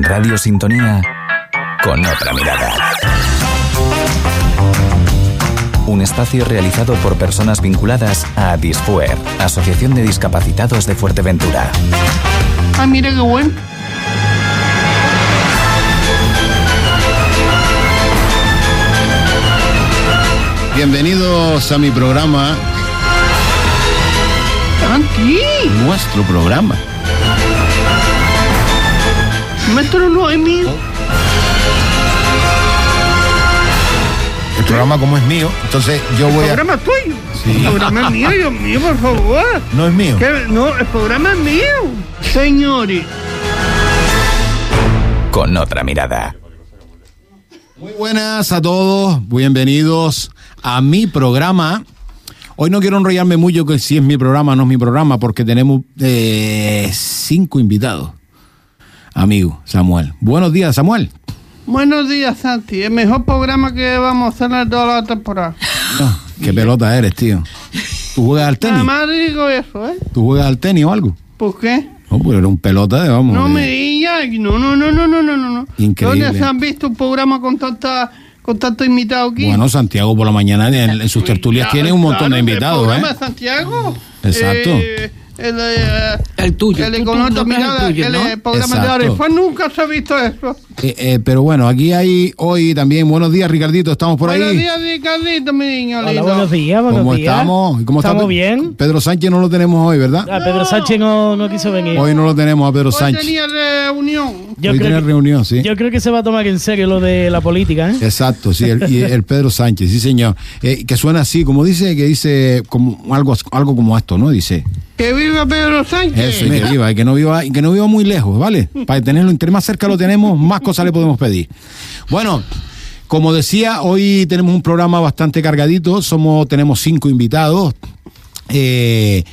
Radio Sintonía con otra mirada. Un espacio realizado por personas vinculadas a Disfuer, Asociación de Discapacitados de Fuerteventura. Ah, mira qué bueno. Bienvenidos a mi programa, Aquí. nuestro programa. Maestro no es Oh, mío. El programa como es mío, entonces yo voy a... Programa tuyo. El programa es mío, Dios mío, por favor. No es mío. ¿Qué? No, el programa es mío. Señores. Con otra mirada. Muy buenas a todos, bienvenidos a mi programa. Hoy no quiero enrollarme mucho que si es mi programa o no es mi programa, porque tenemos eh, cinco invitados. Amigo, Samuel. Buenos días, Samuel. Buenos días, Santi. El mejor programa que vamos a hacer en toda la temporada. No, Ah, qué pelota eres, tío. ¿Tú juegas al Ah, Nada tenis? más digo eso, ¿eh? ¿Tú juegas al tenis o algo? ¿Por qué? No, pero era un pelota de vamos. eh. No de- me digas. No, no, no, no, no, no, no, no. Increíble. ¿Dónde se han visto un programa con tanta, con tanto invitado aquí? Bueno, Santiago por la mañana en, en sus tertulias Claro, tiene un montón claro, de invitados, El ¿eh? programa de Santiago. Exacto. eh, el, eh, El tuyo, El tú- tú económico tocas el mirada, tuyo, el, ¿no? eh, programa Exacto. de Arefán, nunca se ha visto eso. Eh, eh, pero bueno, aquí hay hoy también. Buenos días, Ricardito. Estamos por Buenos ahí. días, Ricardito, mi niño Hola, lindo. buenos días, buenos ¿Cómo días. estamos? ¿Cómo está ¿Estamos Pe- bien? Pedro Sánchez no lo tenemos hoy, ¿verdad? Ah, Pedro Sánchez no, no quiso venir. Hoy no lo tenemos a Pedro Hoy Sánchez. tenía reunión. yo, hoy creo tiene que, reunión, sí. yo creo que se va a tomar en serio lo de la política, ¿eh? Exacto, sí, el, y el Pedro Sánchez, sí señor. Eh, que suena así, como dice, que dice como algo, algo como esto, ¿no? Dice, Que viva Pedro Sánchez. eso, y que viva, y que no viva, y que no viva muy lejos, ¿vale? Para tenerlo, entre más cerca lo tenemos, más cosas le podemos pedir. Bueno, como decía, hoy tenemos un programa bastante cargadito, somos, tenemos cinco invitados. Eh,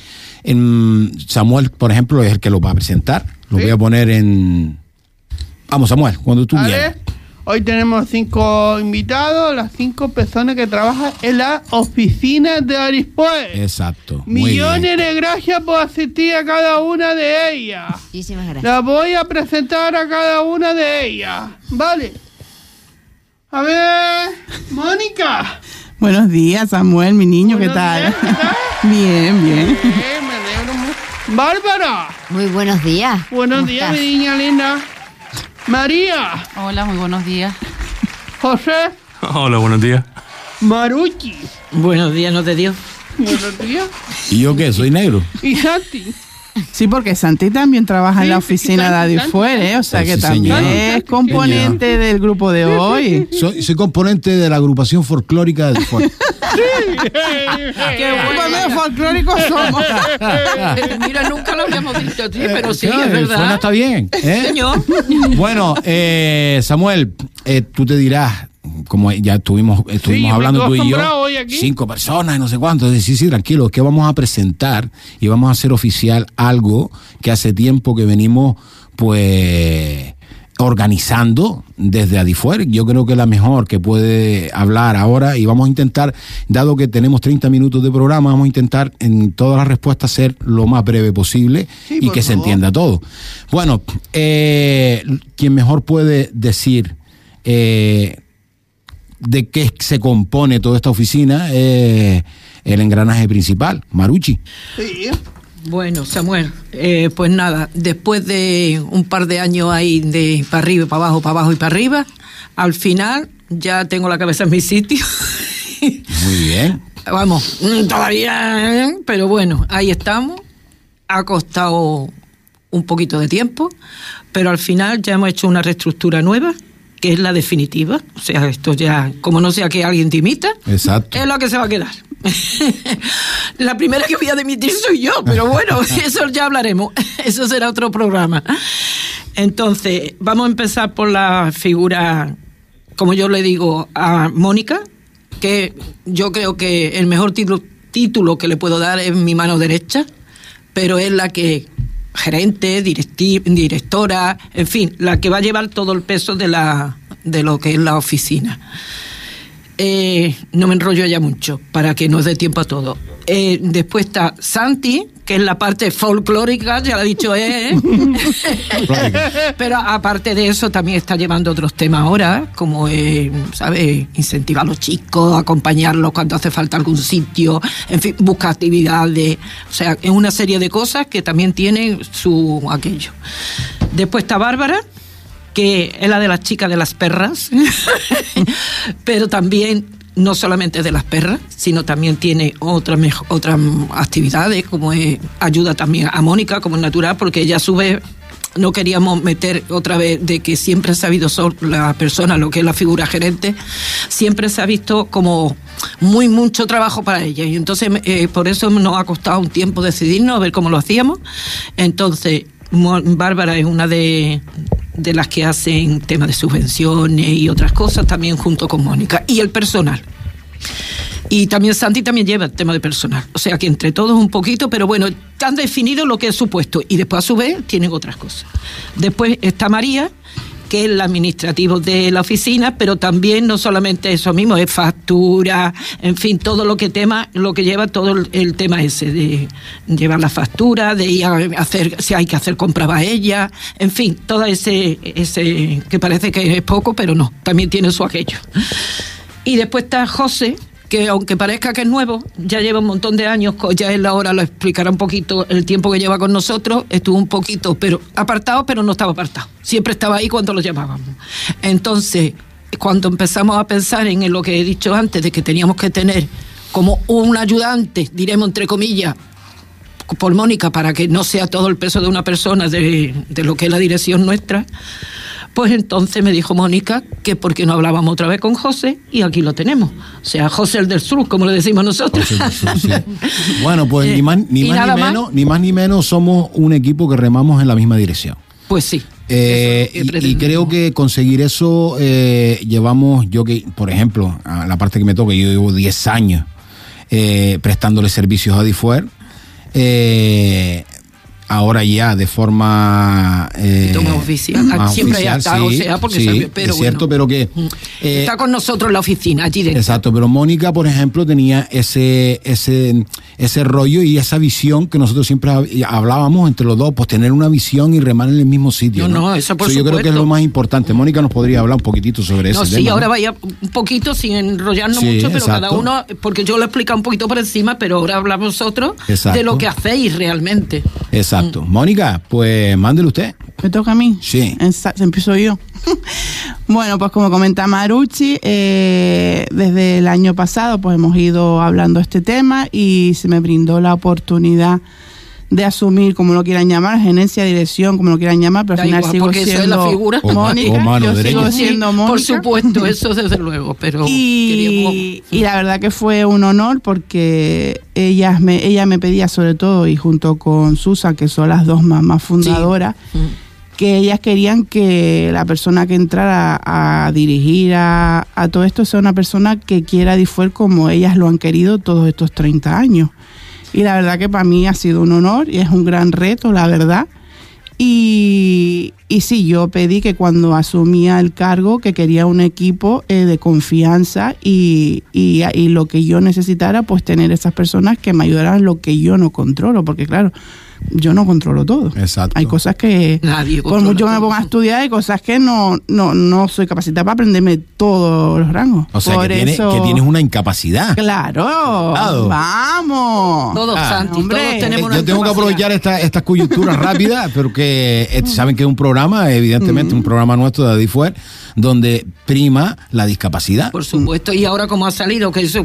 en- Samuel, por ejemplo, es el que lo va a presentar. Lo Sí. voy a poner en. Vamos, Samuel, cuando tú ¿Vale? quieras. Hoy tenemos cinco invitados, las cinco personas que trabajan en la oficina de Arispoe. Exacto. Eh, muy bien. Millones de gracias por asistir a cada una de ellas. Muchísimas gracias. La voy a presentar a cada una de ellas. Vale. A ver, Mónica. Buenos días, Samuel, mi niño, ¿qué Buenos tal? días, ¿qué tal? Bien, bien. Eh, me alegro mucho. Bárbara. Muy buenos días. Buenos ¿Cómo días, mi estás? niña linda. María, Hola, muy buenos días. José, Hola, buenos días. Marucci. Buenos días, no te dio. Buenos días. ¿Y yo qué? ¿Soy negro? Y Santi. Sí, porque Santi también trabaja Sí, en la sí, oficina Santi, de Santi, Adifuere, ¿eh? o sea Sí, que sí, también señora. es componente del grupo de hoy. Soy, soy componente de la agrupación folclórica del Fuerte. Qué Grupo bueno. medio folclórico somos. Mira, nunca lo habíamos visto Eh, así, pero sí, Claro, es Suena verdad. está bien. ¿eh? Señor. Bueno, eh, Samuel, eh, tú te dirás, como ya estuvimos, yo estuvimos me hablando quedo tú y asombrado yo, hoy aquí. cinco personas y no sé cuántos. Dices, Sí, sí, tranquilo, que vamos a presentar y vamos a hacer oficial algo que hace tiempo que venimos, pues organizando desde Adifuer. Yo creo que la mejor que puede hablar ahora y vamos a intentar, dado que tenemos 30 minutos de programa, vamos a intentar en todas las respuestas ser lo más breve posible Sí, y que por se favor. entienda entienda todo. Bueno, eh, quien mejor puede decir eh, de qué se compone toda esta oficina eh, el engranaje principal, Maruchi. Sí. Bueno, Samuel, eh, pues nada, después de un par de años ahí de para arriba, para abajo, para abajo y para arriba, al final ya tengo la cabeza en mi sitio. Muy bien. Vamos, mm, todavía, eh, pero bueno, ahí estamos. Ha costado un poquito de tiempo, pero al final ya hemos hecho una reestructura nueva, que es la definitiva. O sea, esto ya, como no sea que alguien dimita, Exacto. es la que se va a quedar. la primera que voy a dimitir soy yo, pero bueno, eso ya hablaremos. Eso será otro programa. Entonces, vamos a empezar por la figura, como yo le digo, a Mónica, que yo creo que el mejor título, título que le puedo dar es mi mano derecha, pero es la que gerente, directi- directora, en fin, la que va a llevar todo el peso de, la, de lo que es la oficina. Eh, no me enrollo ya mucho para que nos dé tiempo a todo. Eh, después está Santi, que que es la parte folclórica, ya lo ha dicho él. Pero aparte de eso, también está llevando otros temas ahora, como, eh, ¿sabes? Incentivar a los chicos, acompañarlos cuando hace falta algún sitio, en fin, busca actividades. O sea, es una serie de cosas que también tienen su aquello. Después está Bárbara, que es la de las chicas de las perras, pero también no solamente de las perras, sino también tiene otras mej- otras actividades, como es, ayuda también a Mónica, como es natural, porque ella a su vez no queríamos meter otra vez de que siempre se ha visto sol- la persona, lo que es la figura gerente, siempre se ha visto como muy mucho trabajo para ella. Y entonces eh, por eso nos ha costado un tiempo decidirnos a ver cómo lo hacíamos. Entonces, Mo- Bárbara es una de, de las que hacen temas de subvenciones y otras cosas también junto con Mónica. Y el personal. Y también Santi también lleva el tema de personal. O sea que entre todos un poquito, pero bueno, han definido lo que es su puesto. Y después a su vez tienen otras cosas. Después está María, que es la administrativa de la oficina, pero también no solamente eso mismo, es factura, en fin, todo lo que tema, lo que lleva todo el, el tema ese, de llevar las facturas, de ir a hacer, si hay que hacer compras a ella, en fin, todo ese, ese que parece que es poco, pero no, también tiene su aquello. Y después está José, que aunque parezca que es nuevo, ya lleva un montón de años, co- ya él ahora lo explicará un poquito el tiempo que lleva con nosotros, estuvo un poquito pero apartado, pero no estaba apartado, siempre estaba ahí cuando lo llamábamos. Entonces, cuando empezamos a pensar en lo que he dicho antes, de que teníamos que tener como un ayudante, diremos entre comillas, por Mónica, para que no sea todo el peso de una persona de, de lo que es la dirección nuestra, pues entonces me dijo Mónica que porque no hablábamos otra vez con José y aquí lo tenemos. O sea, José el del Sur, como le decimos nosotros. José del Sur, sí. Bueno, pues Eh, ni más ni, ¿y más, nada ni más? menos, ni más ni menos somos un equipo que remamos en la misma dirección. Pues sí. Eh, Eso es lo que y, y pretendemos. creo que conseguir eso eh, llevamos, yo que, por ejemplo, a la parte que me toca, yo llevo 10 años eh, prestándole servicios a Difuer. Eh, ahora ya de forma eh, De forma oficial. más Siempre hay hasta, o sea, porque sabe, pero es cierto bueno. Mm. pero que eh, Está con nosotros en la oficina, allí dentro. Exacto, pero Mónica, por ejemplo, tenía ese, ese, ese rollo y esa visión que nosotros siempre hab- hablábamos entre los dos, pues tener una visión y remar en el mismo sitio. No, no, eso por yo creo que es supuesto. lo más importante. Mónica nos podría hablar un poquitito sobre No, eso. sí, ahora vaya un poquito sin enrollarnos Sí, mucho, pero cada exacto. uno, porque yo lo he explicado un poquito por encima, pero ahora hablamos vosotros Exacto. de lo que hacéis realmente. Mm. Exacto. Mónica, pues mándele usted. ¿Me toca a mí? Sí. Ensa- empiezo yo. bueno, pues como comenta Marucci, eh, desde el año pasado pues hemos ido hablando este tema y se me brindó la oportunidad de asumir, como lo quieran llamar, gerencia, dirección, como lo quieran llamar, pero Da al final igual, sigo porque eso es la siendo figura. O ma- Mónica, o mano yo sigo derecha. siendo Mónica. Por supuesto, eso desde luego, pero Y, queríamos- y la verdad que fue un honor porque ellas me, ella me pedía sobre todo, y junto con Susa, que son las dos mamás fundadoras, que ellas querían que la persona que entrara a dirigir a, a todo esto sea una persona que quiera difuer como ellas lo han querido todos estos 30 años. Y la verdad que para mí ha sido un honor y es un gran reto, la verdad. Y, y sí, yo pedí que cuando asumía el cargo, que quería un equipo eh, de confianza y, y- y lo que yo necesitara, pues tener esas personas que me ayudaran en lo que yo no controlo, porque claro, yo no controlo todo. Exacto. Hay cosas que, Nadie por controla mucho que me todo. ponga a estudiar, hay cosas que no, no, no soy capacitada para aprenderme todos los rangos. O sea, Por que, tiene- eso- que tienes una incapacidad. Eh, Claro, Claro. vamos. todos Ah, Santi, hombre. todos Eh, tenemos una Yo tengo que incapacidad. aprovechar esta- estas coyunturas rápidas, porque eh, saben que es un programa, Mm. evidentemente, un programa nuestro de Adifuer, donde prima la discapacidad. Por supuesto, y ahora como ha salido, que eso,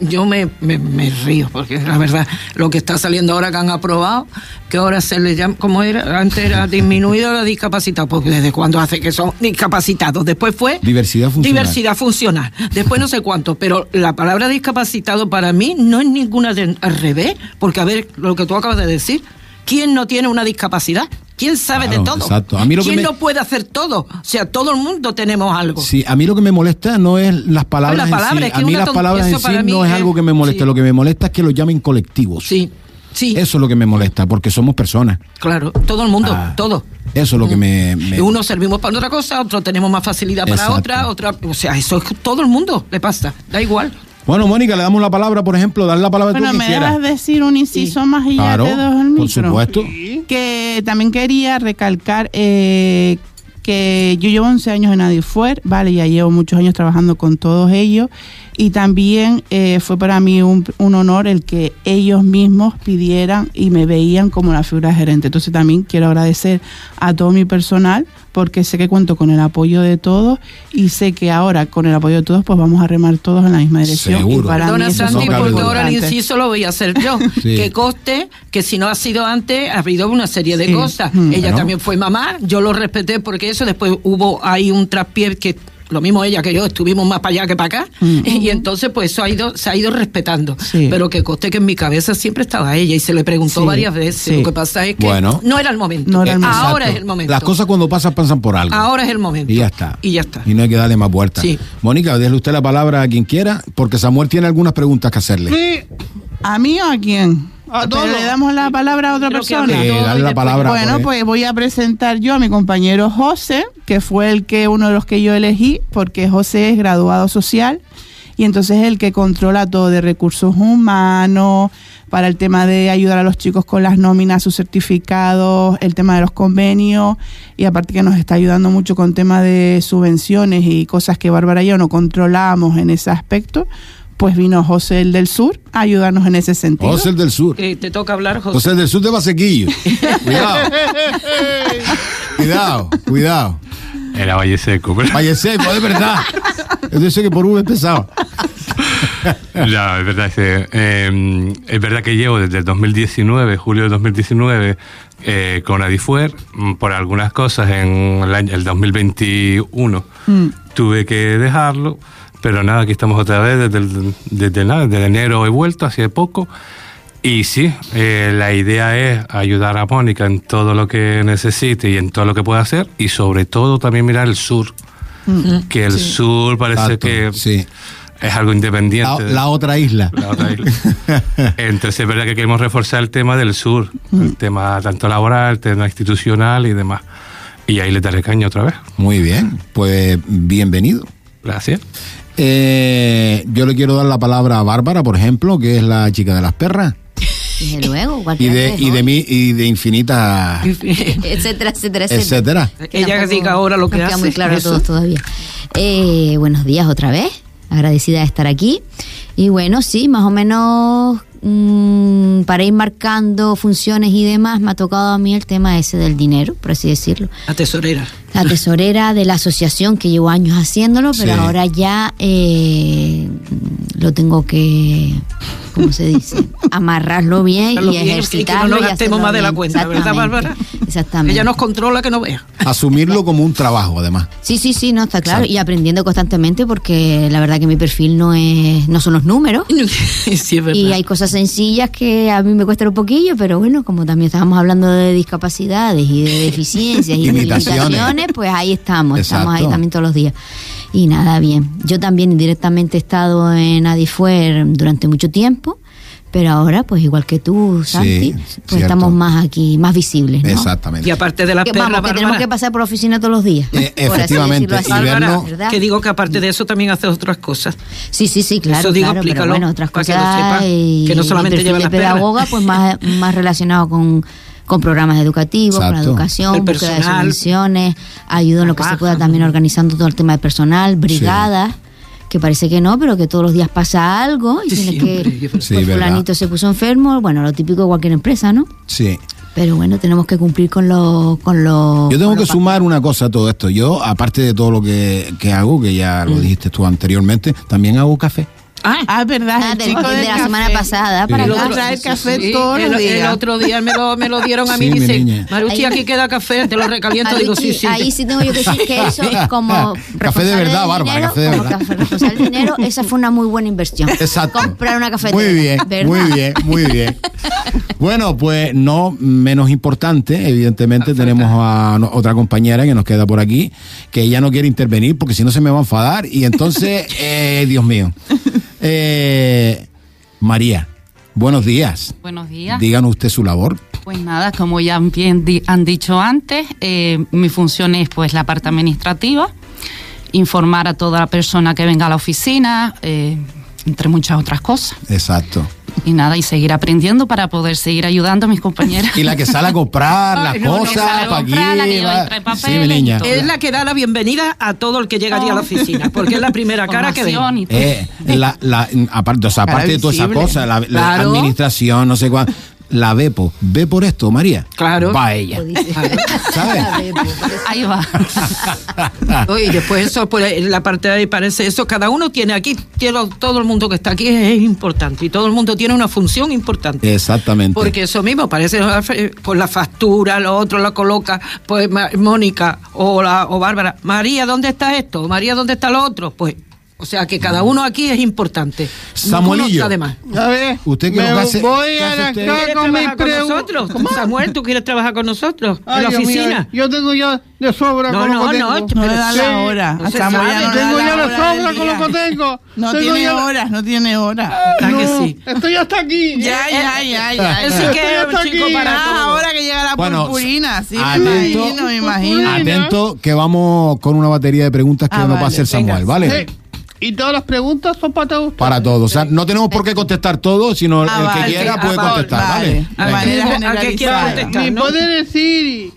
yo me, me, me río, porque la verdad, lo que está saliendo ahora que han aprobado, que ahora se le llama, como era, antes era disminuido la discapacidad, porque desde cuando hace que son discapacitados, después fue... Diversidad funcional. Diversidad funcional, después no sé cuánto, pero la palabra discapacitado para mí no es ninguna de- al revés, porque a ver, lo que tú acabas de decir, ¿quién no tiene una discapacidad? ¿Quién sabe Claro, de todo? exacto. A mí lo que ¿Quién me- no puede hacer todo? O sea, todo el mundo tenemos algo. Sí, a mí lo que me molesta no es las palabras No, la palabra, en sí. es que a mí una las ton- palabras en eso sí para mí no es es- algo que me moleste. sí. Lo que me molesta es que lo llamen colectivos. Sí, sí. Eso es lo que me molesta, porque somos personas. Claro, todo el mundo, Ah, todo. Mm. Eso es lo que me. me- Unos servimos para otra cosa, otros tenemos más facilidad para Exacto. otra, otra. O sea, eso es que todo el mundo le pasa, da igual. Bueno, Mónica, le damos la palabra, por ejemplo, dar la palabra Bueno, tú me quieras. dejas decir un inciso más y Claro, ya te doy el por micro. supuesto. Que también quería recalcar eh, que yo llevo 11 años en Adifuer, vale, ya llevo muchos años trabajando con todos ellos y también eh, fue para mí un, un honor el que ellos mismos pidieran y me veían como la figura gerente. Entonces también quiero agradecer a todo mi personal porque sé que cuento con el apoyo de todos y sé que ahora con el apoyo de todos pues vamos a remar todos en la misma dirección. y Seguro. para mí Perdona, eso es Santi, no cabe porque duda. ahora el importante. inciso lo voy a hacer yo. Sí. Que coste que si no ha sido antes, ha habido una serie de Sí. cosas. Mm. Ella Bueno. también fue mamá, yo lo respeté porque eso. Después hubo ahí un traspié que lo mismo ella que yo, estuvimos más para allá que para acá. Mm. Y entonces, pues eso ha ido, se ha ido respetando. Sí. Pero que coste que en mi cabeza siempre estaba ella y se le preguntó Sí, varias veces. sí. Lo que pasa es que Bueno. no era el momento. No era el Eh, momento. Ahora exacto. es el momento. Las cosas cuando pasan, pasan por algo. Ahora es el momento. Y ya está. Y ya está. Y no hay que darle más vueltas. Sí. Mónica, déle usted la palabra a quien quiera, porque Samuel tiene algunas preguntas que hacerle. Eh, Sí, ¿A mí o a quién? A Pero todos. le damos la palabra a otra Creo que a persona. mí. Eh, Yo dale y la después- palabra. Bueno, pues voy a presentar yo a mi compañero José, que fue el que uno de los que yo elegí, porque José es graduado social y entonces es el que controla todo de recursos humanos, para el tema de ayudar a los chicos con las nóminas, sus certificados, el tema de los convenios y aparte que nos está ayudando mucho con tema de subvenciones y cosas que Bárbara y yo no controlamos en ese aspecto. Pues vino José el del Sur a ayudarnos en ese pues, sentido. José el del Sur. Que Eh, te toca hablar, José. José Pues el del Sur de Basequillo. cuidado, cuidado, cuidado. Era Valle Seco, pero Valle Seco, de verdad. Yo sé que por V empezaba. Ya, es verdad, ese, eh, es verdad que llevo desde el 2019, julio de 2019, eh, con Adifuer, mm, por algunas cosas en el, año, el 2021 Mm. tuve que dejarlo, pero nada, aquí estamos otra vez, desde, el- desde nada, desde enero he vuelto, hace poco, y sí, eh, la idea es ayudar a Mónica en todo lo que necesite y en todo lo que pueda hacer, y sobre todo también mirar el sur, que el sur parece Mm. Exacto, que sí. es algo La, independiente. la otra isla. La otra isla. Entonces es verdad que queremos reforzar el tema del sur, Mm. el tema tanto laboral, el tema institucional y demás. Y ahí le daré caña otra vez. Muy bien, pues bienvenido. Gracias. Eh, yo le quiero dar la palabra a Bárbara, por ejemplo, que es la chica de las perras. Desde luego, Y cualquier de, vez, y ¿no? de mí, y de infinitas, Etcétera, etcétera, etcétera. etcétera. Que Ella tampoco diga ahora lo nos que queda hace. muy claro a Eso. todos todavía. Eh, buenos días otra vez. Agradecida de estar aquí. Y bueno, sí, más o menos mm, para ir marcando funciones y demás, me ha tocado a mí el tema ese del dinero, por así decirlo. La tesorera. La tesorera de la asociación que llevo años haciéndolo, pero Sí. ahora ya eh, lo tengo que, ¿cómo se dice? Amarrarlo bien y Hacerlo bien, y que no ejercitarlo. nos y gastemos hacerlo más de la bien. cuenta, ¿verdad, Exactamente, Bárbara? Exactamente. Ella nos controla que no vea. Asumirlo como un trabajo, además. Sí, sí, sí, no, está claro. Y aprendiendo constantemente porque la verdad que mi perfil no es no son los números. sí, es verdad. Y hay cosas sencillas que a mí me cuestan un poquillo, pero bueno, como también estábamos hablando de discapacidades y de deficiencias y de Limitaciones. limitaciones, pues ahí estamos, estamos ahí Exacto. también todos los días. Y nada, bien. Yo también directamente he estado en Adifuer durante mucho tiempo, pero ahora, pues igual que tú, Sí, Santi, pues cierto. estamos más aquí, más visibles, ¿no? Exactamente. Y aparte de las Que, perras, vamos, que tenemos Bárbara, que pasar por la oficina todos los días. Eh, por así efectivamente, decirlo y así, Bárbara, vernos- ¿verdad? que digo que aparte de eso también hace otras cosas. Sí, sí, sí, claro. Eso digo, claro, pero explícalo, bueno, otras para que cosas. lo sepa, y que no solamente el perfil lleva de las perlas. pedagoga, pues más, más relacionado con con programas educativos, con Exacto. educación, El búsqueda de personal. subvenciones, ayuda en lo que se Trabaja. pueda también organizando todo el tema de personal, brigadas, que parece que no, pero que todos los días pasa algo y Sí, tiene siempre, que es verdad. Sí, pues, verdad. fulanito se puso enfermo, bueno, lo típico de cualquier empresa, ¿no? Sí. Pero bueno, tenemos que cumplir con lo con lo Yo tengo con lo que pa- sumar una cosa a todo esto. Yo, aparte de todo lo que, que hago, que ya Mm. lo dijiste tú anteriormente, también hago café. Ah, Ah, verdad, Ah, el del- chico de del la café. semana pasada para Lo acá. trae café sí, todos el, los el días. otro día me lo, me lo dieron a mí Sí, y mi dice, niña. Ahí- Maruchi, aquí queda café, te lo recaliento. digo, Maruchi, sí, sí. Ahí sí tengo yo que decir que eso es como Café de responsable verdad, del Bárbara, dinero, café de como verdad. café responsable del dinero, esa fue una muy buena inversión. Exacto. Comprar una cafetera. Muy bien, ¿verdad? muy bien, muy bien. Bueno, pues no menos importante, evidentemente tenemos a no- otra compañera que nos queda por aquí, que ella no quiere intervenir porque si no se me va a enfadar y entonces, eh, Dios mío. Eh, María, buenos días. Buenos días. Díganos usted su labor. Pues nada, como ya bien di- han dicho antes, eh, mi función es pues la parte administrativa, informar a toda la persona que venga a la oficina, eh, entre muchas otras cosas. Exacto. Y nada, y seguir aprendiendo para poder seguir ayudando a mis compañeros. Y la que sale a comprar las Ay, no, no, cosas, sale a pa' aquí, comprar, la que va- trae papel sí, mi niña. y todo. Es la que da la bienvenida a todo el que llega allí a la oficina, porque es la primera cara que ve. Formación y todo. Eh, la, la- aparte, o sea, Cara aparte de toda esa visible. cosa, la, la Claro. administración, no sé cuál, la Bepo, ve por esto, María. Claro. Va ella. ¿Sabes? Ahí va. Ah. No, Y después eso, por ahí, la parte de ahí parece eso, cada uno tiene aquí, tiene- todo el mundo que está aquí es, es importante y todo el mundo tiene una función importante. Exactamente. Porque eso mismo, parece eh, por la factura, lo otro la coloca, pues Ma- Mónica o, la, o Bárbara, María, ¿dónde está esto? María, ¿dónde está lo otro? Pues, o sea que Mm. cada uno aquí es importante. Samuelillo. Ninguno está de más. A ver, ¿Usted qué me lo que hace- voy qué a hace la usted? cama ¿Quieres con mis trabajar con nosotros? preguntas. Samuel, ¿tú quieres trabajar con nosotros? Ay, en la Dios mío, oficina. yo tengo ya de sobra No, con lo no, que no, tengo. No le da Sí. la hora. No se Hasta sabe. mañana no le Tengo da ya la la hora sobra del con día. lo que tengo. No Tengo tiene ya la- horas, no tiene horas. ¿Verdad que No, sí? Estoy hasta aquí. Ya, eh, ya, ya, ya. Él sí ya. que es un chico Aquí. para Ah, todo. ahora que llega la Bueno, purpurina, sí, me atento. imagino, me imagino. Atento, que vamos con una batería de preguntas que Ah, nos va a vale, hacer Samuel, ¿vale? Sí. Y todas las preguntas son para todos. Para todos. O sea, no tenemos por qué contestar todo, sino Ah, el que vale, quiera ah, puede vale, contestar, vale. ¿vale? Ah, Venga. vale. manera ¿A qué quiere generalizada. contestar, ¿Me no? puede decir,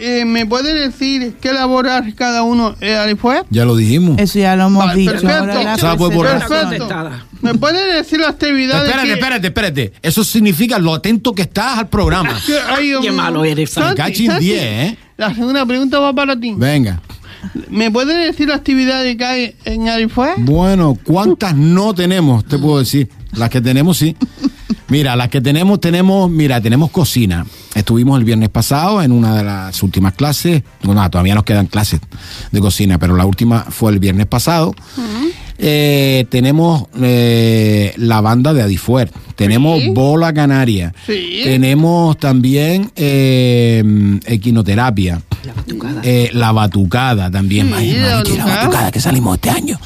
eh, me puede decir qué laborar cada uno eh, al fue? Ya lo dijimos. Eso ya lo hemos Vale, dicho. perfecto. ahora la O sea, pues, borrar. presentación. Perfecto. ¿Me puede decir las actividades? Espérate, que- espérate, espérate. Eso significa lo atento que estás al programa. que hay un- Qué malo eres, Santi. Santi, Cachín Santi, 10, ¿eh? La segunda pregunta va para ti. Venga. ¿Me puede decir la actividad que hay en Alifue? Bueno, ¿cuántas no tenemos? Te puedo decir. Las que tenemos, sí. Mira, las que tenemos, tenemos, mira, tenemos cocina. Estuvimos el viernes pasado en una de las últimas clases. Bueno, ah, todavía nos quedan clases de cocina, pero la última fue el viernes pasado. Eh, tenemos eh, la banda de Adifuer. Tenemos Sí. Bola Canaria. Sí. Tenemos también eh, equinoterapia. La batucada. la batucada también. Sí, Ay, la madre, que la batucada. batucada que salimos este año.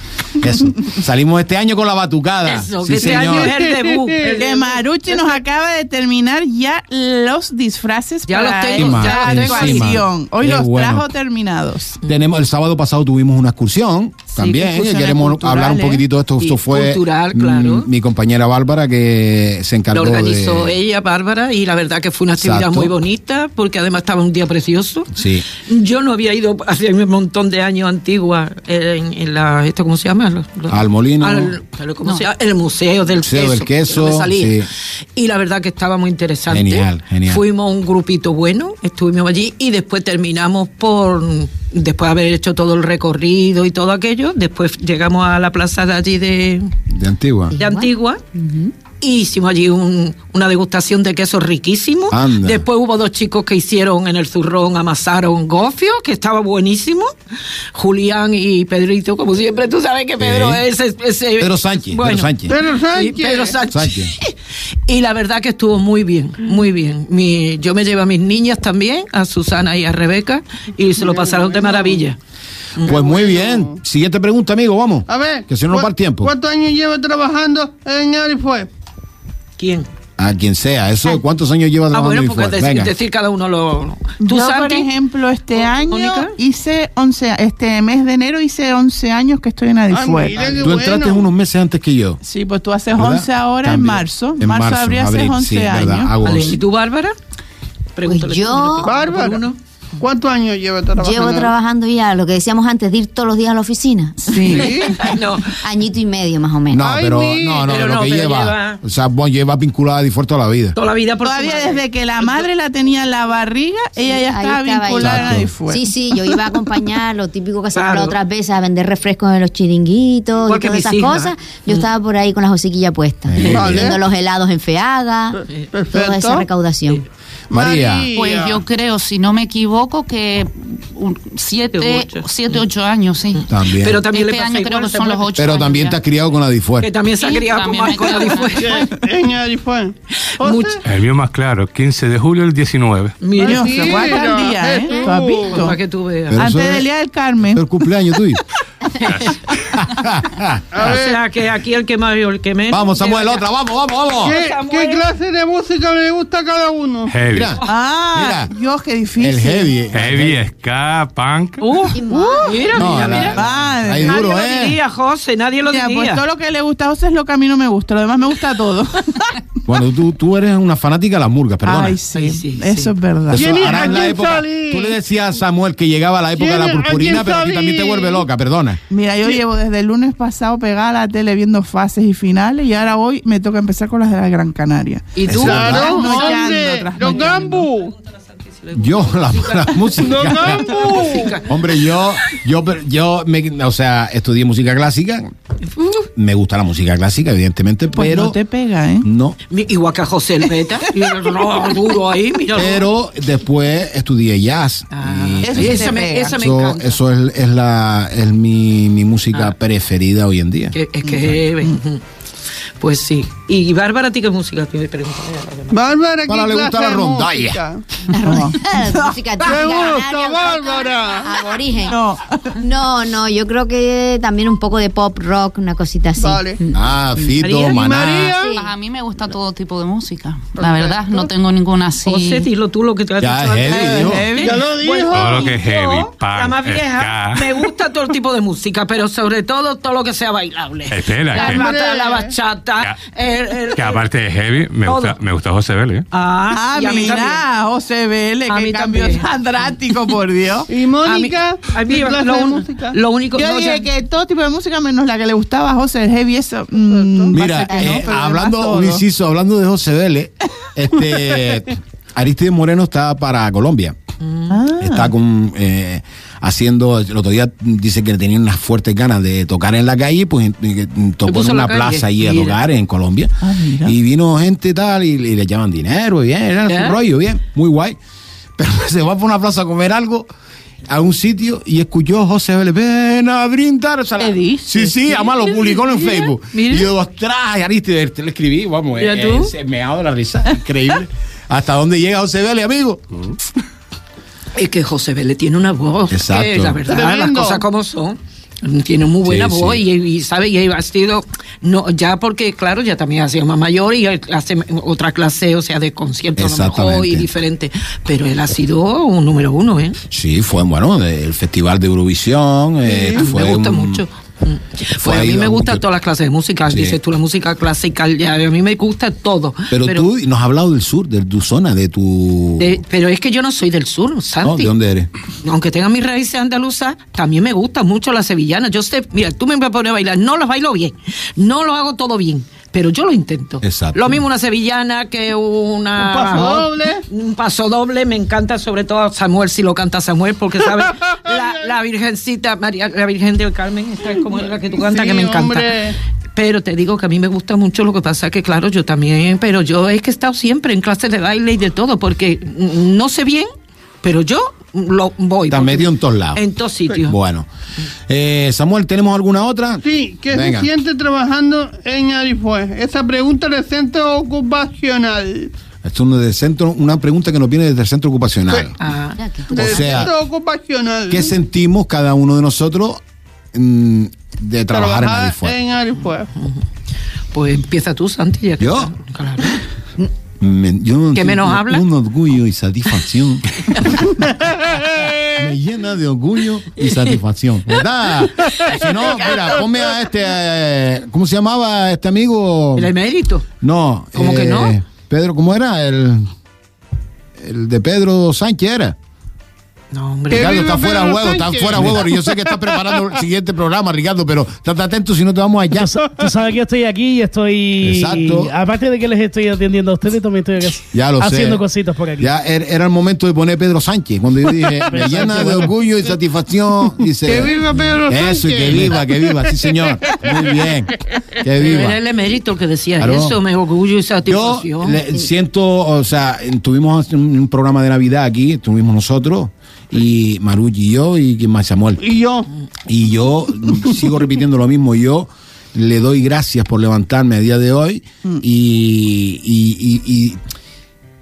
Eso. Salimos este año con la batucada. Eso, Sí, que este señor. año es el debut. El Que Maruchi nos acaba de terminar ya los disfraces Ya para los tengo, esta ya los tengo actuación. encima. Hoy Qué los bueno. trajo terminados. Tenemos el sábado pasado tuvimos una excursión también. excursiones Queremos culturales. hablar un poquitito de esto. Esto Y fue cultural, claro. mm, mi compañera Bárbara que se Lo encargó organizó de ella, Bárbara, y la verdad que fue una actividad Exacto. muy bonita, porque además estaba un día precioso. Sí. Yo no había ido hace un montón de años antigua eh, en, en la, ¿esto cómo se llama? Los- los- Al Molino. al- pero ¿cómo se llama? El Museo del Museo Queso. del que no Queso, me salía. sí. Y la verdad que estaba muy interesante. Genial, genial. Fuimos un grupito bueno, estuvimos allí y después terminamos por, después de haber hecho todo el recorrido y todo aquello, después llegamos a la plaza de allí de, de Antigua. de Antigua. Y hicimos allí un- una degustación de quesos riquísimo. Anda. Después hubo dos chicos que hicieron en el zurrón, amasaron gofio, que estaba buenísimo. Julián y Pedrito, como siempre, tú sabes que Pedro Sí. es... ese- Pedro Sánchez, Bueno, Pedro Sánchez. Pedro sí, Sánchez. Pedro Sánchez. Sánchez. Y la verdad que estuvo muy bien, muy bien. Mi- yo me llevo a mis niñas también, a Susana y a Rebeca, y se lo pasaron de maravilla. Pues muy bien. Siguiente pregunta, amigo, vamos. A ver. Que si no nos va el ¿cu- tiempo. ¿Cuántos años lleva trabajando en Alifue? ¿Quién? A quien sea, eso, ¿cuántos años lleva Ah, trabajando bueno, ahí porque fuera? dec- Venga. decir, cada uno lo... ¿Tú, Yo, por Santi? ejemplo, este ¿Tú, año Mónica? hice 11, este mes de enero hice 11 años que estoy en Ah, Adifuera. mira Ah, qué Tú entraste bueno. unos meses antes que yo. Sí, pues tú haces ¿verdad? 11 ahora en También. marzo. marzo, habría abril, haces 11 sí, años. verdad, hago Vale, 11. ¿Y tú, Bárbara? Pregúntale yo- tú, uno por Bárbara. uno. ¿Cuántos años lleva trabajando? Llevo trabajando ya, lo que decíamos antes, de ir todos los días a la oficina. Sí. Ay, No, Añito y medio más o menos. No, Ay, pero mi- no, no, pero lo no, que pero lleva, lleva- O sea, bueno, lleva vinculada a Difuer toda la vida. toda la vida por Todavía su madre. desde que la madre la tenía en la barriga, ella ya Ahí estaba, estaba vinculada yo. a Adifuera. Sí, sí, yo iba a acompañar lo típico que se Claro. habla otras veces, a vender refrescos en los chiringuitos Porque y todas mis esas hijas. cosas. Yo estaba por ahí con las hociquillas puestas, Eh. Vale. vendiendo los helados en Feaga, toda esa Perfecto. recaudación. María, Pues yo creo, si no me equivoco, que un- siete, Ocho. siete, ocho años, sí. también. Pero Pero, también este le pasa año igual, creo que se son los muere. ocho. años también ya. te has criado con la Que Difuer. también se ha Sí, criado con también más me cosas quedo con- diferentes. En Alifue. Mucho. El mío más claro, 15 de julio del 19. Mira, Dios, Sí, se guarda el mira, día, ¿eh? Jesús. ¿Tú has visto? para que tú veas. Pero Antes eso es- del día del Carmen. El cumpleaños tuyo. o sea, que aquí el que más y el que menos. Vamos, Samuel, Mira, otra, vamos, vamos, vamos. ¿Qué, Samuel. qué clase de música le gusta a cada uno? Heavy. Mira, Ah, Mira. Dios, qué difícil. el heavy. Heavy, ska, punk. Uh, uh, mira, No, mira, la- mira. Madre. ahí Nadie duro, lo ¿eh? diría, José, nadie lo Mira, diría. pues todo lo que le gusta a José es lo que a mí no me gusta, lo demás me gusta todo. Bueno, tú, tú eres una fanática de las murgas, perdona. Ay, sí, Sí, sí, eso sí. es verdad. Eso ¿Quién es? ahora en ¿A la quién época- salí? Tú le decías a Samuel que llegaba la época de la ¿Quién es? ¿A purpurina, quién pero a ti también te salí? vuelve loca, perdona. Mira, yo llevo desde el lunes pasado pegada a la tele viendo fases y finales y ahora hoy me toca empezar con las de la Gran Canaria. y tú, Claro, Trasnochando, hombre. Los trasnochando. Gambu. Yo, la, la Los música. Gambu. Hombre, yo, yo, yo me, o sea, estudié música clásica. Me gusta la música clásica, evidentemente, Pues pero no te pega, ¿eh? no. mi- igual que a José el Beta, y el rock duro ahí, mira. Pero después estudié jazz. Ah, y eso eso, sí te me, pega. eso me eso, encanta. eso es, es la, es mi, mi música preferida hoy en día. Que- es que ven. Pues sí. Y Bárbara, ¿a ti qué música tienes? Pregúntale a la demás. Bárbara, ¿qué Ahora le clase gusta la de rondalla. música? Música típica, gusta, canaria, Bárbara? Aborigen. No. No, no, yo creo que también un poco de pop rock, una cosita así. Ah. Vale. Ah, Fito, María. Maná. María. Sí. Pues a mí me gusta todo tipo de música. La verdad, no tengo ninguna así. José, dilo tú lo que te has Ya, dicho es antes. heavy, dijo. Ya lo dijo. Todo lo que es Yo, heavy, la punk, más vieja, ska. me gusta todo el tipo de música, pero sobre todo todo lo que sea bailable. Espera, la, que- bata- la bachata, Ya. el- el- Que aparte de heavy, me Todo. gusta, me gusta José Vélez. ¿eh? Ah, Ah, y a mí también. mira, OCBL, A qué mí cambio también. tan drástico, por Dios. Y Mónica, A mí, ¿qué a mí clase lo, de un- música? lo único Yo no, dije ya- que todo tipo de música menos la que le gustaba a José el heavy, eso. mm, Mira, parece que no, eh, pero demás hablando, todo. un inciso, hablando de José Vélez, este, Aristide Moreno está para Colombia. Ah. Está con, eh, haciendo, el otro día dice que tenía unas fuertes ganas de tocar en la calle, pues eh, tocó puso en en la una calle. plaza ahí a Mira. tocar en Colombia. Ah, mira. y vino gente y tal, y, y le llaman dinero, bien, era ¿Eh? su rollo, bien, muy guay. Pero se va por una plaza a comer algo a un sitio y escuchó José Vélez, ven a brindar. O sea, ¿Qué la- dices? Sí, sí, además lo publicó en Facebook. mira. Y yo, ostras, Aristide, te lo escribí, vamos, Mira eh, tú. se me ha dado la risa, increíble. ¿Hasta dónde llega José Vélez, amigo? Es que José Vélez tiene una voz. que Exacto. la verdad, Tremendo. las cosas como son. Tiene muy buena Sí, voz sí. Y, y sabe, y ha sido, no, ya porque, claro, ya también ha sido más mayor y él hace otra clase, o sea, de concierto a lo mejor y Exactamente. diferente. Pero él ha sido un número uno, ¿eh? Sí, fue bueno, de- el Festival de Eurovisión. eh, fue Ah, me gusta un- mucho. Mm. fue Pues a ahí mí me un- gustan todas las clases de música, Sí. dices tú la música clásica, ya, a mí me gusta todo. Pero, tú nos has hablado del sur, de tu zona, de tu. de- pero es que yo no soy del sur, Santi. ¿no? ¿De dónde eres? aunque tenga mis raíces andaluzas, también me gustan mucho las sevillanas. Yo sé, mira, tú me vas a poner a bailar, no las bailo bien, no lo hago todo bien, pero yo lo intento. Exacto. Lo mismo una sevillana que una... Un paso doble. Un paso doble, me encanta sobre todo a Samuel, si lo canta Samuel, porque, ¿sabes? la, la Virgencita, María, la Virgen del Carmen, esta es como la que tú cantas, Sí, que me encanta. hombre. Pero te digo que a mí me gusta mucho, lo que pasa que claro, yo también, pero yo es que he estado siempre en clases de baile y de todo, porque mm, no sé bien, pero yo lo voy. Estás porque- metido en todos lados. En todos sitios. Bueno. Eh, Samuel, ¿tenemos alguna otra? Sí, ¿qué Venga. se siente trabajando en Arifue? Esa pregunta del centro ocupacional. Esto es una, del centro, una pregunta que nos viene desde el centro ocupacional. Ah, Mira, que tú- Del sea, centro ocupacional. ¿Qué sentimos cada uno de nosotros mm, de trabajar, en Adifue? en Arifue. pues empieza tú, Santi. ya que- ¿Yo? Claro. Me- yo no ¿Qué entiendo, menos habla? Un orgullo y satisfacción. Me llena de orgullo y satisfacción. ¿Verdad? Si no, mira, ponme a este. eh, ¿Cómo se llamaba este amigo? El emérito. No. eh, ¿Cómo que no? Pedro, ¿cómo era? El, el de Pedro Sánchez era. No, hombre. ¿Qué? Ricardo, viva está fuera de Pedro juego, está Sánchez! fuera de juego. Yo sé que estás preparando el siguiente programa, Ricardo, pero trata atento si no te vamos allá. Tú sabes que yo estoy aquí y estoy. Exacto. Aparte de que les estoy atendiendo a ustedes, también estoy aquí Ya lo sé. haciendo cositas por aquí. Ya er- era el momento de poner Pedro Sánchez. Cuando yo dije, me llena de orgullo y satisfacción. Dice, Que viva Pedro Eh, Eso, y que Sánchez. viva, que viva, sí, señor. Muy bien. Que Pero viva. Era el emérito el que decía Claro. eso, me orgullo Yo y satisfacción. le- siento, o sea, tuvimos un, un programa de Navidad aquí, tuvimos nosotros, y Maruch y yo, y quién más, Samuel. Y yo, Y yo sigo repitiendo lo mismo. Yo le doy gracias por levantarme a día de hoy y, y- y- y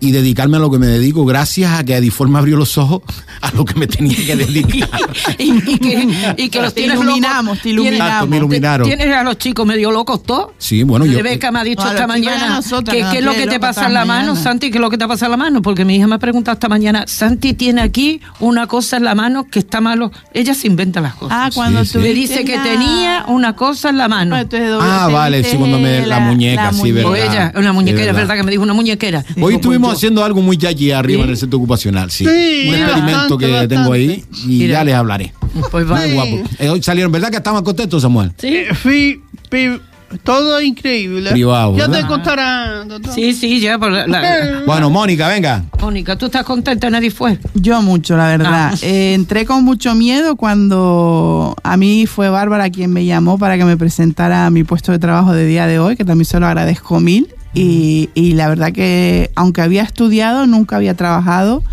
y dedicarme a lo que me dedico gracias a que Adiforme abrió los ojos a lo que me tenía que dedicar. y, y que, y que los Te tienes locos. iluminamos, te Tienes- iluminamos. Me iluminaron. Tienes a los chicos medio locos todos. Sí, bueno, yo... Rebeca me ha dicho Claro, esta que vayan mañana nosotras, que nos qué es lo que tienen te locas pasa todas en la mano, mañana. Santi, qué es lo que te pasa en la mano, porque mi hija me ha preguntado esta mañana, Santi tiene aquí una cosa en la mano que está malo. Ella se inventa las cosas. Ah, cuando Sí, sí. tú Me dice que tenía una cosa en la mano. Bueno, entonces Ah, te vale, viste sí, cuando me- la muñeca, sí, muñeca. o verdad. ella, una es muñequera, es verdad. verdad que me dijo una muñequera. Hoy Digo, estuvimos pues yo- haciendo algo muy yayi arriba Sí. en el centro ocupacional, sí. Sí, un experimento bastante, que tengo ahí y Mira. ya les hablaré. Pues va. Muy guapo. Eh, hoy salieron, ¿verdad que estaban contentos, Samuel? Eh, fui- pi- todo increíble. Privado, Ya ¿verdad? te contarán, doctor. Sí, sí, ya por la, la- Bueno, Mónica, venga. Mónica, tú estás contenta, nadie fue. Yo mucho, la verdad. Ah. Eh, entré con mucho miedo cuando a mí fue Bárbara quien me llamó para que me presentara a mi puesto de trabajo de día de hoy, que también se lo agradezco mil. Y, y la verdad que aunque había estudiado, nunca había trabajado.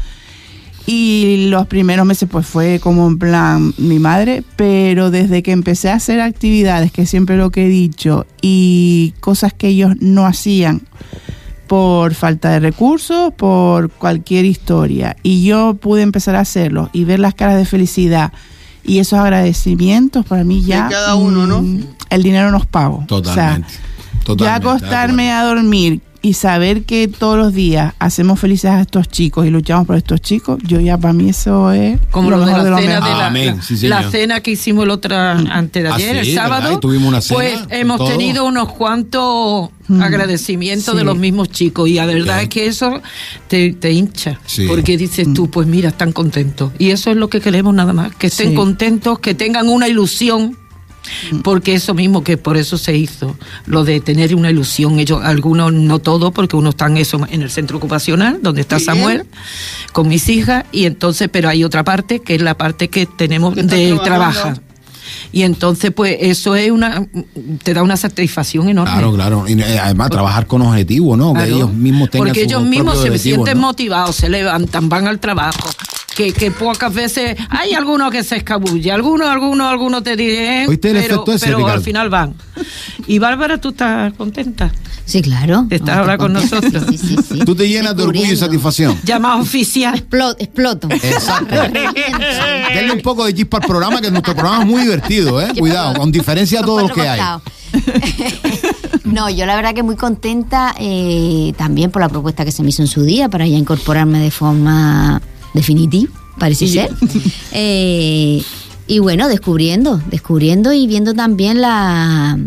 Y los primeros meses pues fue como en plan mi madre, pero desde que empecé a hacer actividades, que siempre lo que he dicho, y cosas que ellos no hacían por falta de recursos, por cualquier historia, y yo pude empezar a hacerlo y ver las caras de felicidad y esos agradecimientos para mí ya... cada uno, ¿no? mm, El dinero nos pago. O sea, Totalmente. ya totalmente, acostarme de a dormir y saber que todos los días hacemos felices a estos chicos y luchamos por estos chicos, yo ya para mí eso es Como lo, de la cena de la, Amén, la- sí, señor. la cena que hicimos el otro antes de Ah, ayer, sí, el ¿verdad? sábado. Y tuvimos una cena pues con hemos todo. tenido unos cuantos Mm, agradecimientos sí. de los mismos chicos. Y la verdad es que eso te, te hincha. Sí. Porque dices Mm. tú, pues mira, están contentos. Y eso es lo que queremos nada más, que estén Sí. Mm. contentos, que tengan una ilusión. Porque eso mismo, que por eso se hizo, lo de tener una ilusión, ellos, algunos, no todos, porque unos están eso, en el centro ocupacional, donde está Samuel, con mis hijas, y entonces, pero hay otra parte, que es la parte que tenemos Que estás de trabajando. trabajar. Y entonces, pues, eso es una, te da una satisfacción enorme. Claro, claro. Y, eh, además, trabajar con objetivos, ¿no? Claro. Que ellos mismos tengan Porque sus ellos mismos propios se objetivos, sienten ¿no? motivados, se levantan, van al trabajo. Que, que pocas veces hay alguno que se escabulle, alguno, alguno, alguno te diré, eh, ¿Oíste el pero, efecto ese, pero Ricardo? al final van. Y Bárbara, tú estás contenta, Sí, claro. Está Ah, ahora estoy con contenta, nosotros. sí, sí, sí, sí. Tú te llenas de orgullo y Descubriendo. satisfacción. ya más oficial. Explo- exploto. Exacto. Reviento. Denle un poco de chispa al programa, que nuestro programa es muy divertido, ¿eh? Cuidado, con diferencia a Con todos los cuatro que hay. costados. no, yo la verdad que muy contenta eh, también por la propuesta que se me hizo en su día para ya incorporarme de forma definitiva, parece ser. Eh, y bueno, descubriendo, descubriendo y viendo también la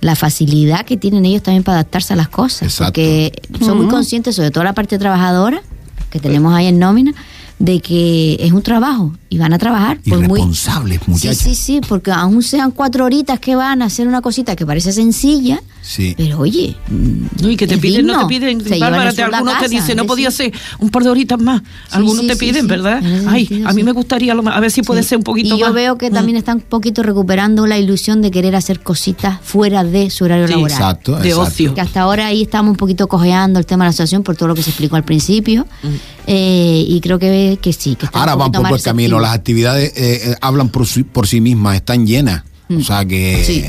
la facilidad que tienen ellos también para adaptarse a las cosas. Exacto. Porque son muy conscientes, sobre todo la parte trabajadora que tenemos ahí en nómina, de que es un trabajo y van a trabajar. Y por Pues muy, responsables, muchachos. Sí, sí, sí, porque aún sean cuatro horitas que van a hacer una cosita que parece sencilla, Sí. pero oye. mm, No, y que te es piden, no digno. te piden. Se llevan Bárbara, eso te- a la algunos te casa, dicen, no es podía decir, ser un par de horitas más. Sí, Algunos sí, te sí, piden, sí. ¿verdad? En ese Ay, sentido, a mí sí. me gustaría, lo más- a ver si puede sí. ser un poquito Y yo más. veo que Mm. también están un poquito recuperando la ilusión de querer hacer cositas fuera de su horario Sí, laboral. Exacto, de exacto. ocio. que hasta ahora ahí estamos un poquito cojeando el tema de la asociación por todo lo que se explicó al principio. Mm. Eh, y creo que, que sí. Que están Ahora un van poquito por más buen camino. receptivos. Las actividades eh, eh, hablan por, sí- por sí mismas, están llenas. O sea que Mm. Sí.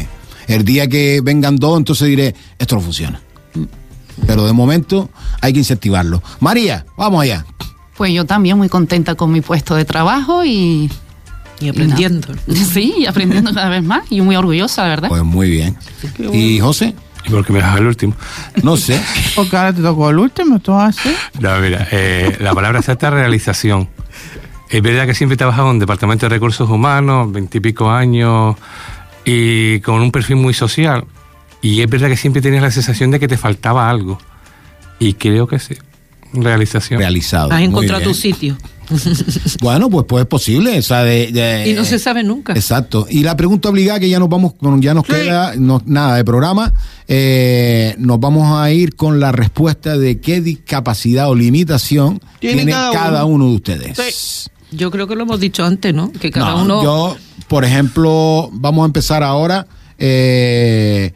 el día que vengan dos, entonces diré, esto no funciona. Mm. Pero de momento hay que incentivarlo. María, vamos allá. Pues yo también muy contenta con mi puesto de trabajo y Y aprendiendo. sí, y aprendiendo cada vez más y muy orgullosa, la verdad. Pues muy bien. ¿Y José? ¿Y por qué me dejas el último? No sé. Porque ahora te tocó el último, todo así. No, mira, eh, la palabra exacta es realización. Es verdad que siempre he trabajado en Departamento de Recursos Humanos, veintipico años, y con un perfil muy social. Y es verdad que siempre tenías la sensación de que te faltaba algo. Y creo que sí. Realización. Realizado. Has Muy encontrado tu bien. sitio. Bueno, pues, pues es posible. o sea, de- de- Y no se sabe nunca. Exacto. Y la pregunta obligada que ya nos vamos, con- ya nos queda no- nada de programa. eh, nos vamos a ir con la respuesta de qué discapacidad o limitación Tiene tiene, cada cada, uno. uno. de ustedes. Yo creo que lo hemos dicho antes, ¿no? Que cada No, uno. Yo, por ejemplo, vamos a empezar ahora eh,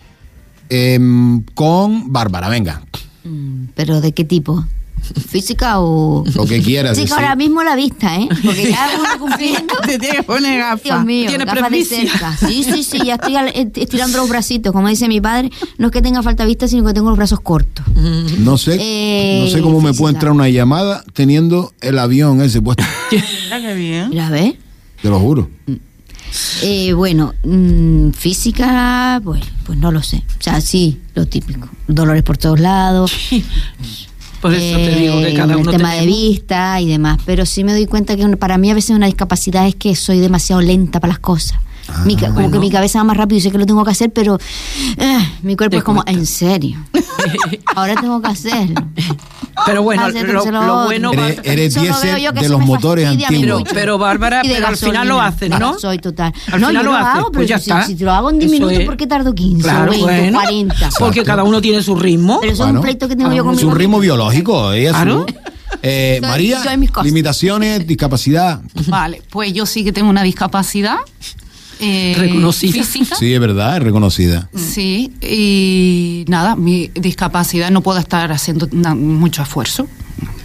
em, con Bárbara. Venga. Mm, ¿Pero de qué tipo? física o... Lo que quieras. Chica, decir. ahora mismo la vista, ¿eh? Porque ya uno cumpliendo... Te tienes que poner Dios gafas. mío, Tiene gafas de presbicia. cerca. Sí, sí, sí, ya estoy al- est- estirando los bracitos. Como dice mi padre, no es que tenga falta de vista, sino que tengo los brazos cortos. No sé, Eh, no sé cómo me puede física. entrar una llamada teniendo el avión ese puesto. Mira qué bien. Mira, ¿ves? Te lo juro. Eh, bueno, mm, física, pues, pues no lo sé. O sea, sí, lo típico. Dolores por todos lados. Por eso te eh, digo que cada uno El tema de tenemos- vista y demás. Pero sí me doy cuenta que un- para mí a veces una discapacidad es que soy demasiado lenta para las cosas. Mi Ah, ca- como que mi cabeza va más rápido y sé que lo tengo que hacer, pero eh, mi cuerpo Te es como, cuesta. en serio. Ahora tengo que hacerlo. Pero bueno, Ah, sí, lo, se lo- lo bueno va- Eres- eres Eso lo diésel veo yo que de eso los me motores fastidia antiguos. mucho. Pero, Bárbara, Y de pero al final lo gasolina. haces, ¿no? Soy total. Al no, final yo lo lo, haces, hago, pero pues ya si, está. si te lo hago en 10 Eso minutos, es. ¿por qué tardo 15, Claro, 20, bueno. 40? Porque cada uno tiene su ritmo. Pero eso es Bueno. un pleito que tengo Ah, yo con mi Su mamá. ritmo biológico. Ella su- Claro. Eh, Soy- María, soy mis cosas. limitaciones, discapacidad. Vale, pues yo sí que tengo una discapacidad. eh, Reconocida. Física. Sí, es verdad, es reconocida. Sí, y nada, mi discapacidad no puedo estar haciendo na- mucho esfuerzo,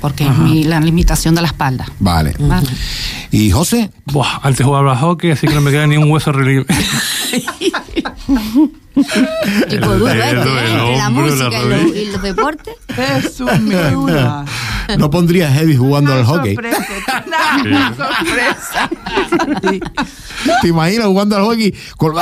porque es mi- la limitación de la espalda. Vale. Vale. ¿Y José? Buah, antes jugaba a hockey, así que no me queda ni un hueso relieve. Tipo duro, El- ¿eh? el- el Entre la hombro, música la y, los- rodilla. y los deportes. Jesús, mi duda. No pondría Heavy jugando al Una hockey. sorpresa, una- una sorpresa. Sí. ¿Te imaginas jugando al hockey? Con...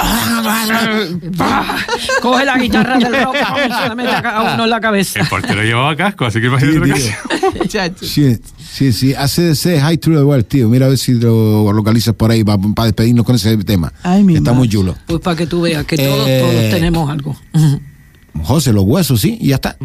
Coge la guitarra del rock, se la mete a uno en la cabeza. El portero llevaba casco, así que imagínate lo que Sí, hacía. Chacho. Sí, sí, sí. ACDC, High Through the World, tío. Mira a ver si lo localizas por ahí para despedirnos con ese tema. Ay, mi Está madre. muy chulo. Pues para que tú veas que todos, Eh. todos tenemos algo. José, los huesos, sí, y ya está.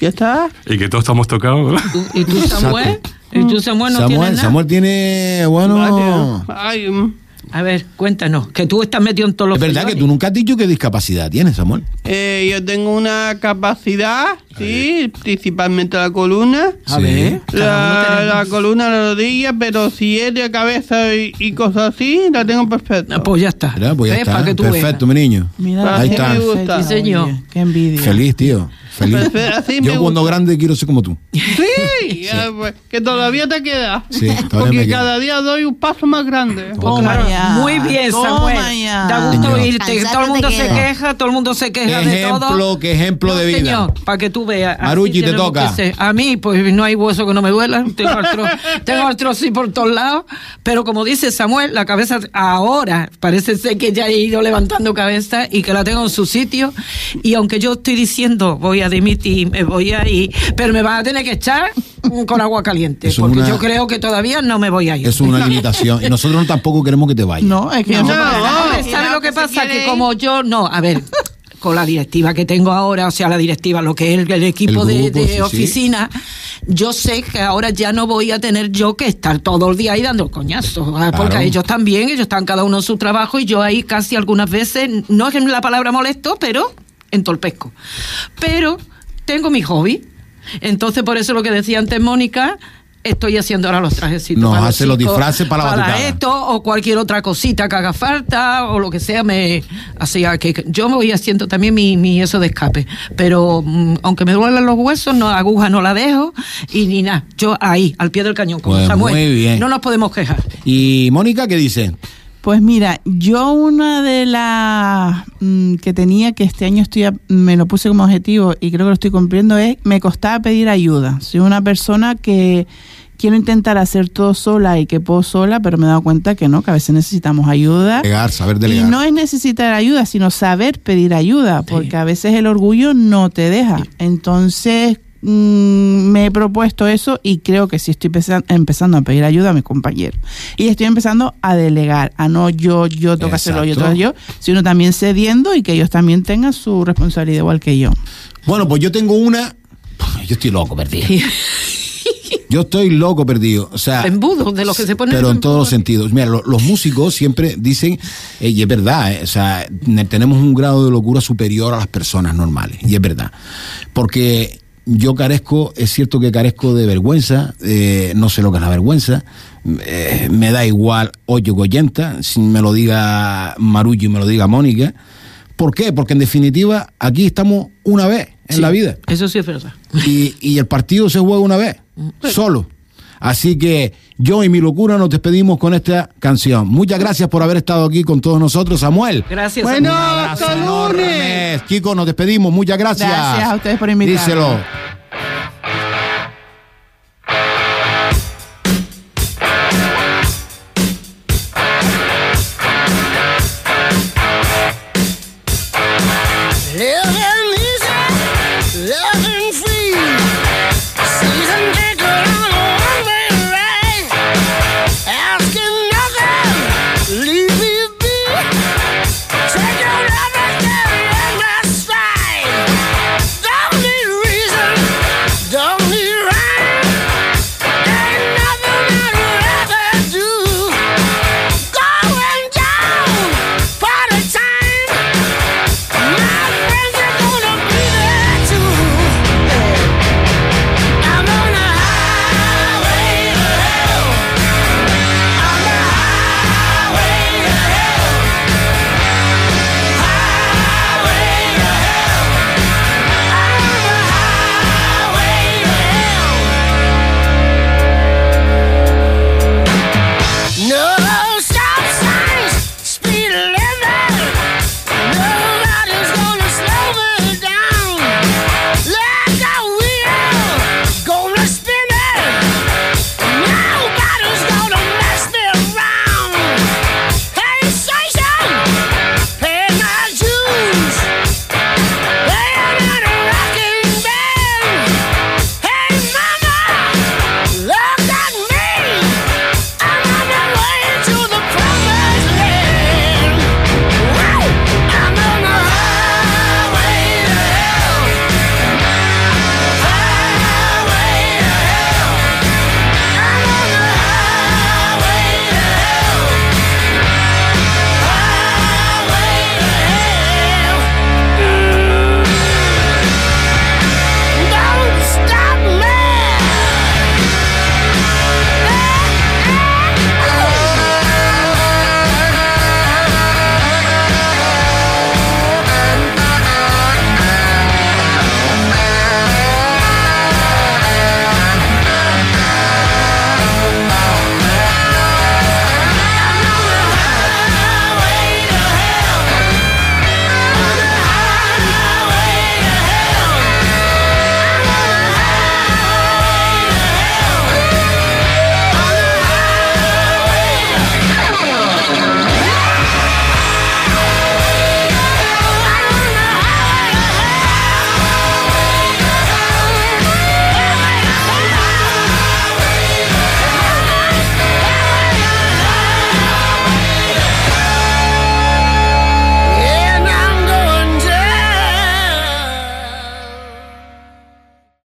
¿Ya está? Y que todos estamos tocados. ¿verdad? Tú- ¿Y tú, Samuel? ¿Y tú, Samuel, no tienes Samuel, nada? Samuel tiene, bueno... Ay, mm, A ver, cuéntanos, que tú estás metido en todos los Es verdad que tú follones. nunca has dicho qué discapacidad tienes, Samuel. eh, yo tengo una capacidad, sí, principalmente la columna. Sí. La, la columna, la rodilla, pero si es de cabeza y, y cosas así, la tengo perfecta. Ah, Pues ya está. Mira, pues ya ¿Ves? está. Para que tú Perfecto, mi veas. niño. Mira, Ahí qué está. perfecta, Sí, señor. oye, Qué envidia. Feliz, tío. Feliz. Perfecto, así me Yo cuando gusta. grande quiero ser como tú. Sí, ya, pues, que todavía te queda. Sí, todavía Porque me queda. cada día doy un paso más grande. Toma ya. Muy bien, Toma Samuel. ya. Da gusto Señor. oírte. Cansado Todo el mundo te se queda. queja, todo el mundo se Qué queja de ejemplo, todo. qué ejemplo de vida. Señor, para que tú veas. así Marucci, te tenemos toca. que ser. A mí, pues no hay hueso que no me duela. Tengo artro, tengo artrosis por todos lados. Pero como dice Samuel, la cabeza ahora parece ser que ya he ido levantando cabeza y que la tengo en su sitio. Y aunque yo estoy diciendo, voy a dimitir, me voy a ir, pero me van a tener que echar con agua caliente. Eso es porque una- yo creo que todavía no me voy a ir. Es una limitación. Y nosotros no tampoco queremos que te vayas. No, es que No, no. no, ¿Sabes lo que pasa? Que como yo, no, a ver, con la directiva que tengo ahora, o sea, la directiva, lo que es el, el equipo El de- grupo, de, sí, sí. oficina, yo sé que ahora ya no voy a tener yo que estar todo el día ahí dando coñazos, ah, porque Claro. ellos también, ellos están cada uno en su trabajo y yo ahí casi algunas veces, no es la palabra molesto, pero entorpezco. Pero tengo mi hobby, entonces por eso lo que decía antes Mónica. Estoy haciendo ahora los trajecitos. Nos para hace los chicos, disfraces para la batucada. esto, o cualquier otra cosita que haga falta o lo que sea me hacía que que- yo me voy haciendo también mi, mi eso de escape pero mm, aunque me duelen los huesos no aguja no la dejo y ni nada yo ahí al pie del cañón como Pues Samuel muy bien. no nos podemos quejar ¿Y Mónica qué dice? Pues mira, yo una de las mm, que tenía que este año estoy a- me lo puse como objetivo y creo que lo estoy cumpliendo es me costaba pedir ayuda. Soy una persona que quiero intentar hacer todo sola y que puedo sola, pero me he dado cuenta que no, que a veces necesitamos ayuda. Delegar, saber Y delegar. no es necesitar ayuda, sino saber pedir ayuda, porque a veces el orgullo no te deja. Entonces, mm, me he propuesto eso y creo que sí estoy pesa- empezando a pedir ayuda a mis compañeros. Y estoy empezando a delegar, a no yo, yo toca hacerlo, yo Exacto. toca yo, sino también cediendo y que ellos también tengan su responsabilidad igual que yo. Bueno, pues yo tengo una. Yo estoy loco perdido. Yo estoy loco perdido. O sea, embudo de lo que se pone Ah, pero en todos los embudo. sentidos. Mira, lo- los músicos siempre dicen, eh, y es verdad, eh, o sea, ne- tenemos un grado de locura superior a las personas normales, y es verdad. Porque yo carezco, es cierto que carezco de vergüenza, eh, no sé lo que es la vergüenza, eh, me da igual 8,80, si me lo diga Marullo y me lo diga Mónica. ¿Por qué? Porque en definitiva aquí estamos una vez en Sí, la vida. Eso sí es verdad. Y, y el partido se juega una vez, solo. Así que yo y mi locura nos despedimos con esta canción. Muchas gracias por haber estado aquí con todos nosotros, Samuel. Gracias. Bueno, amigo. hasta Abrazo lunes. enorme. Chicos, nos despedimos. Muchas gracias. Gracias a ustedes por invitarme. Díselo.